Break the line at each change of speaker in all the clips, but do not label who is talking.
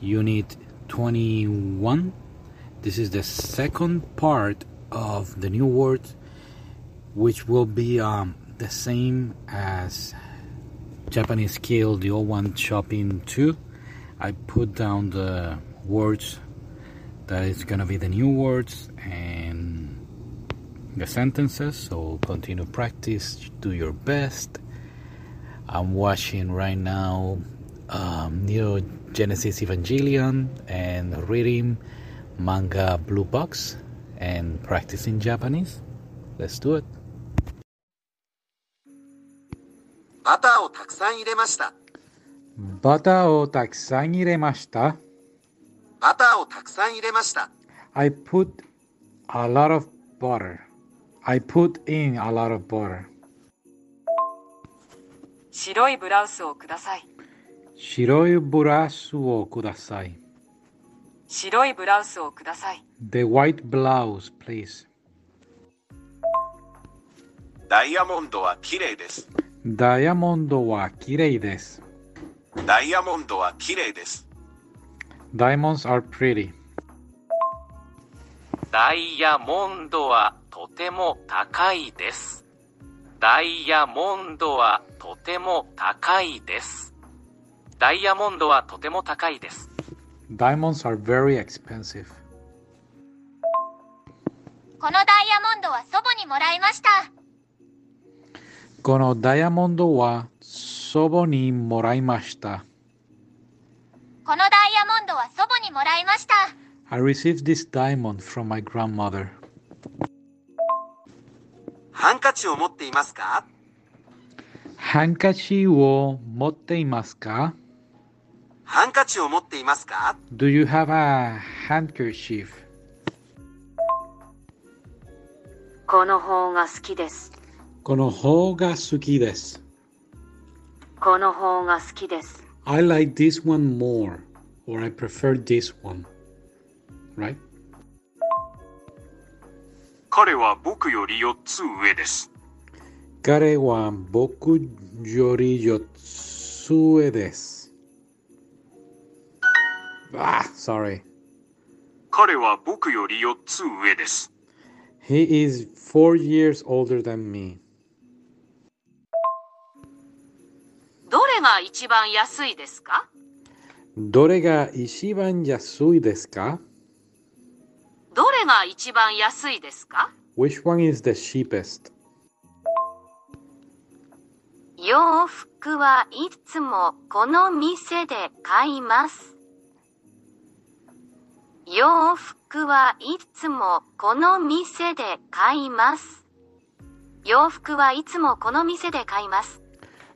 Unit 21. This is the second part of the new word, which will be um, the same as Japanese scale, the old one, shopping 2. I put down the words that is going to be the new words and the sentences. So continue practice, do your best. I'm watching right now um, Neo Genesis Evangelion and reading manga Blue Box and practicing Japanese. Let's do it.
バターをたくさん入れました。
バターをたくさん入れました。
バターをたくさん入れました。
I put a lot of butter. I put in a lot of butter.
白いブラウスをください
白いブラウスをください。
白いブラウスをください
The white blouse, please.
ダイヤモンドは綺麗です。
ダイヤモンドは綺麗です。
ダイヤモンドは綺麗です。
Diamonds are pretty.
ダイヤモンドはとても高いです。ダイヤモンドはとても高いです。ダイヤモンドはとても高いです。
Diamonds are very expensive.
このダイヤモンドは祖母にもらいました
このダイヤモンドは祖母にもらいました。
このダイヤモンドは祖母にもらいました
I received this diamond from my grandmother.
ハンカチを持っていますか
ハンカチを持っていますか
ハンカチを持っていますか
?Do you have a handkerchief?
この方が好きです
この方が好きです。
この方が好きです
I like this one more, or I prefer this one. Right?
彼は僕より4つ上です。
彼は僕より4つ上です。Ah, sorry.
彼は僕より4つ上です。
He is four years older than me.
どれが一番安いですか
どれが一番安いですか
どれが一番安いですか
?Which one is the cheapest?
洋服はいつもこの店で買います洋服はいつもこの店で買います洋服はいつもこの店で買います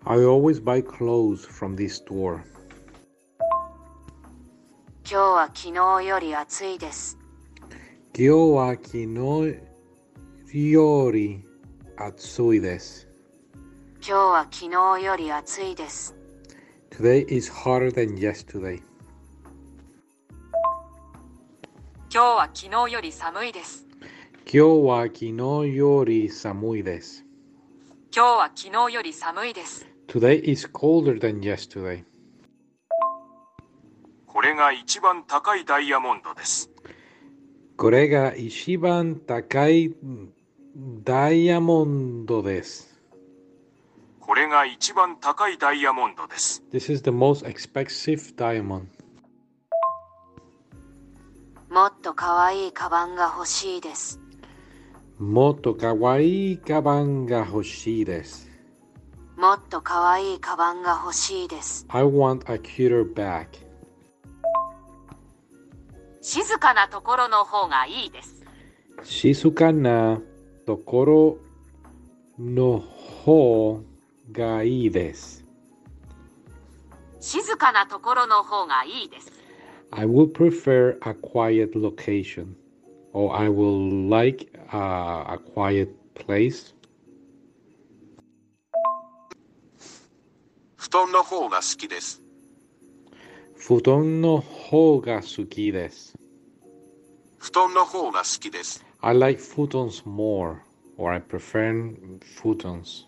I always buy clothes from this store.
今日は昨日より暑いです
今日は昨日より暑いです。
今日は昨日より暑いです
Today is hotter than yesterday.
今日は昨日より寒いです
今日は昨日より寒いです。
今日は昨日より寒いです
Today is colder than yesterday.
これが一番高いダイヤモンドです。
これが一番高いダイヤモンドです。
これが一番高いダイヤモンドです。
This is the most expensive diamond.
もっと可愛いカバンが欲しいです
もっとかわいいカバンが欲しいです。
もっと可愛いカバンが欲しいです
I want a cuter bag.
静かなところの方がいいです
静かなところの方がいいです。
静かなところの方がいいです
I would prefer a quiet location, or I would like uh, a quiet place.
布団の方が好きです。
布団の方が好きです。
布団の方が好きです。
I like futons more, or I prefer futons.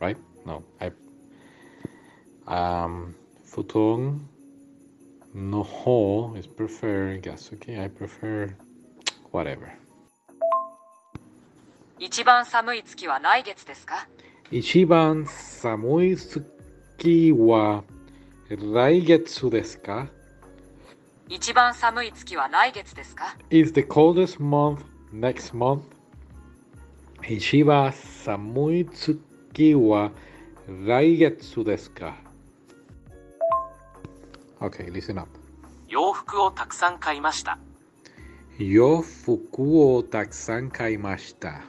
Right? No, I. Um, futon no ho is prefer gasuki. I prefer whatever.
一番寒い月は来月ですか
一番寒い月は来月ですか
一番寒い月は来月ですか
Is the coldest month next month? 一番寒い月は来月ですか Okay, listen up.
洋服をたくさん買いました。
洋服をたくさん買いました。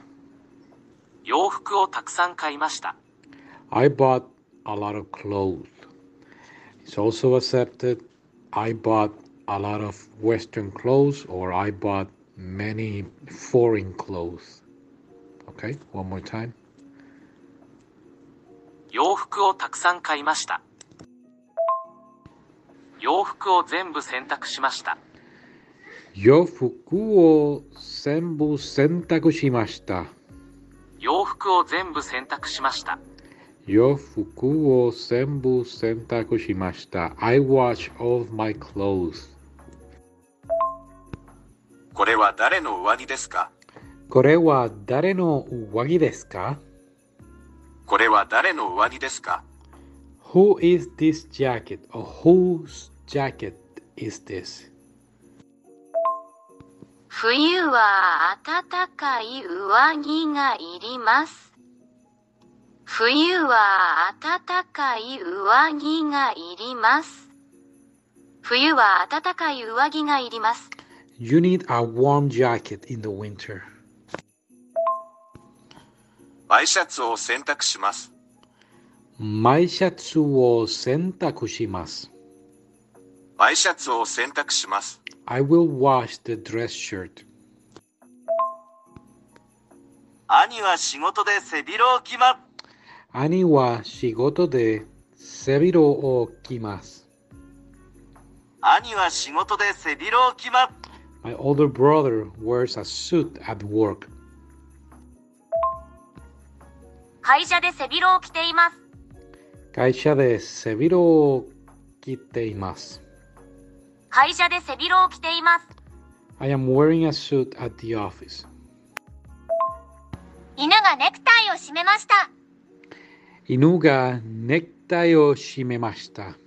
洋服をたくさん買いました。
I bought a lot of clothes. It's also accepted. I bought a lot of Western clothes or I bought many foreign clothes. Okay, one more time.
洋服をたくさん買いました。洋服を全部洗濯しました。
洋服を全部洗濯しました。
洋服を全部洗濯しました。
洋服を全部洗濯しました。I wash all my clothes.
これは誰の上着ですか
これは誰の上着ですか
これは誰の上着ですか
Who is this jacket? Or whose jacket is this?
冬は暖かい上着がいります。冬は暖かい上着がいります。冬は暖かい上着がいります。
You need a warm jacket in the winter.
ワイシャツを洗濯します。
マイシャツを洗濯します。
ワイシャツを洗濯します。
I will wash the dress shirt.
兄は仕事で背広を着ま。
兄は仕事で背広を着ます。
兄は仕事で背広を着ま。
My older brother wears a suit at work.
会社で背広を着ています。
会社で背広を着ています。
会社で背広を着ています。
I am wearing a suit at the office.
犬がネクタイを締めました。
犬がネクタイを締めました。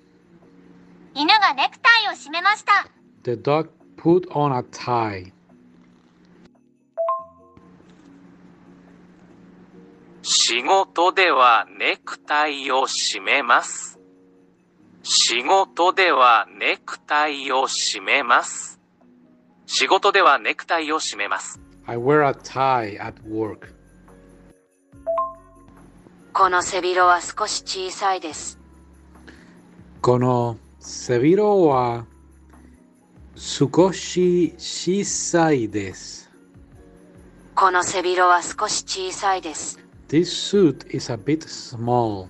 犬がネクタイを締めました。
The dog put on a tie.
仕事ではネクタイを締めます。仕事ではネクタイを締めます。仕事ではネクタイを締めます。
I wear a tie at work.
この背広は少し小さいです。
この背広は少し小さいです。
この背広は少し小さいです。
This suit is a bit small.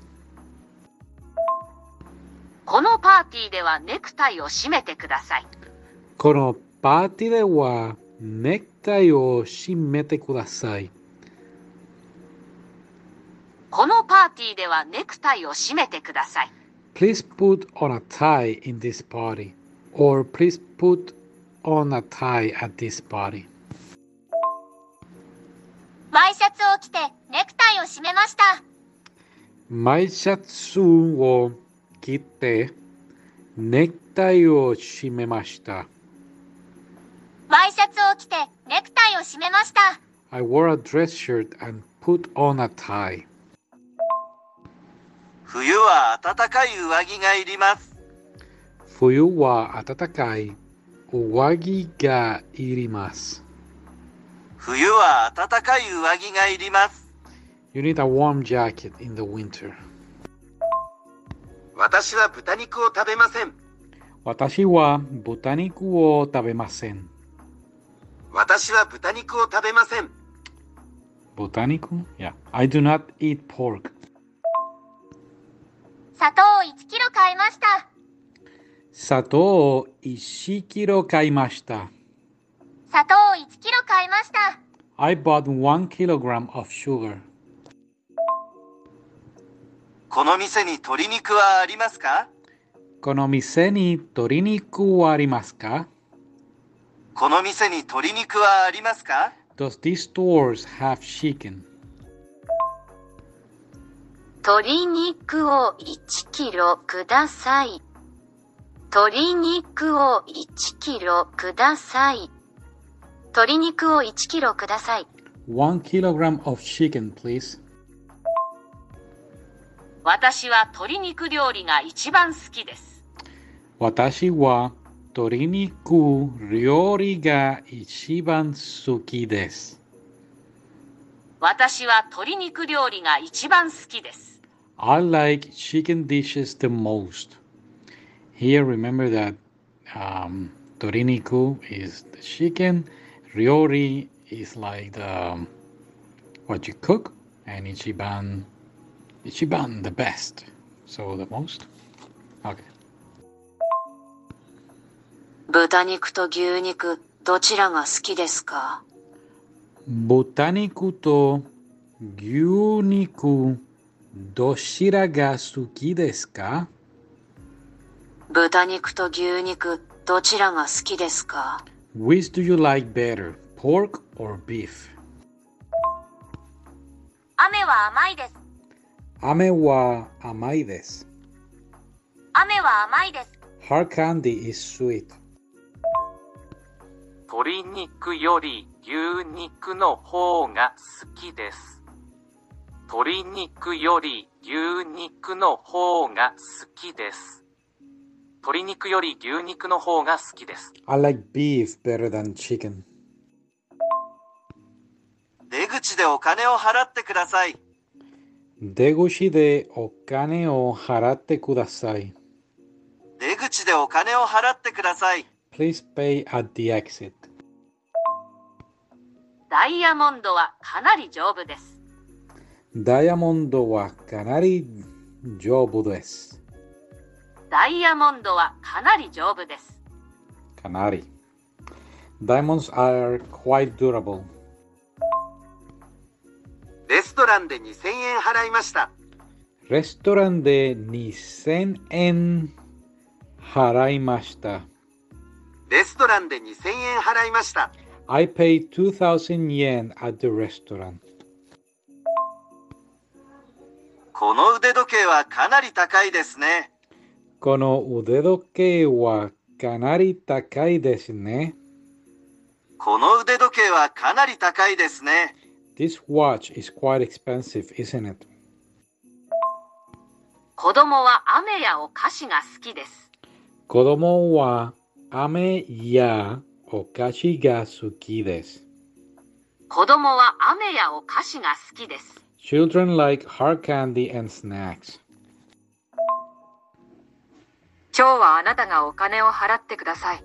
このパーティーではネクタイを締めてください。
このパーティーではネクタイを締めてください。
このパーティーではネクタイを締めてください。
Please put on a tie in this party. Or please put on a tie at this party.
ワイシャツを着てネクタイを締めました。
マイシャツを着てネクタイを締めました。
ワイシャツを着てネクタイを締めました。
I wore a dress shirt and put on a tie.
冬は暖かい上着がいります。
冬は暖かい上着がいります。
冬は暖かい上着がいります。
You need a warm jacket in the winter.
私は豚肉を食べません。
私は豚肉を食べません。
私は豚肉を食べません。
豚肉 Yeah. I do not eat pork.
砂糖を1キロ買いました。
砂糖を1キロ買いました。
砂糖を1キロ買いました。
I bought 1 kilogram of sugar.
この店に鶏肉はありますか
この店に鶏肉はありますか
この店に鶏肉はありますか
Does these stores have chicken?
鶏肉を1キロください。鶏肉を1キロください。鶏肉を1キロください。
1 kilogram of chicken, please.
私は鶏肉料理が一番好きです。
私は鶏肉料理が一番好きです。
私は鶏肉料理が一番好きです。
I like chicken dishes the most. Here, remember that um, toriniku is the chicken, ryori is like the um, what you cook, and ichiban, ichiban the best. So the most. Okay.
豚肉と牛肉、どちらが好きですか
Botaniku to gyuniku doshira ga suki desu ka?
豚肉と牛肉、どちらが好きですか
Which do you like better, pork or beef?
雨は甘いです。
Ame wa amai desu.
雨は甘いです。
Hard candy is sweet.
鶏肉より牛肉の方が好きです。鶏肉より牛肉の方が好きです。鶏肉より牛肉の方が好きです。
I like beef better than chicken.
出口でお金を払ってください。
Degushi de okane o harate kudasai.
出口でお金を払ってください。
Please pay at the exit.
ダイヤモンドはかなり丈夫です。
Diamond wa canari jobu desu.
ダイヤモンドはかなり丈夫です。
Canary. Diamonds are quite durable.
レストランで2000円払いました。
Restaurant de Nisen en Haraimashita.
レストランで2000円払いました。
I paid 2000 yen at the restaurant.
この腕時計はかなり高いですね。
Kono udedoke wa canari takai desu ne.
この腕時計はかなり高いですね。
This watch is quite expensive, isn't it?
子供は雨やお菓子が好きです。
Kodomo wa ame ya okashi ga suki desu.
子供は雨やお菓子が好きです。
Children like hard candy and snacks.
今日はあなたがお金を払ってください。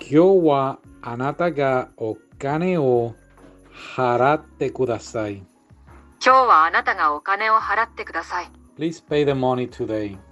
今日はあなたがお金を払ってください。
今日はあなたがお金を払ってください。
Please pay the money today.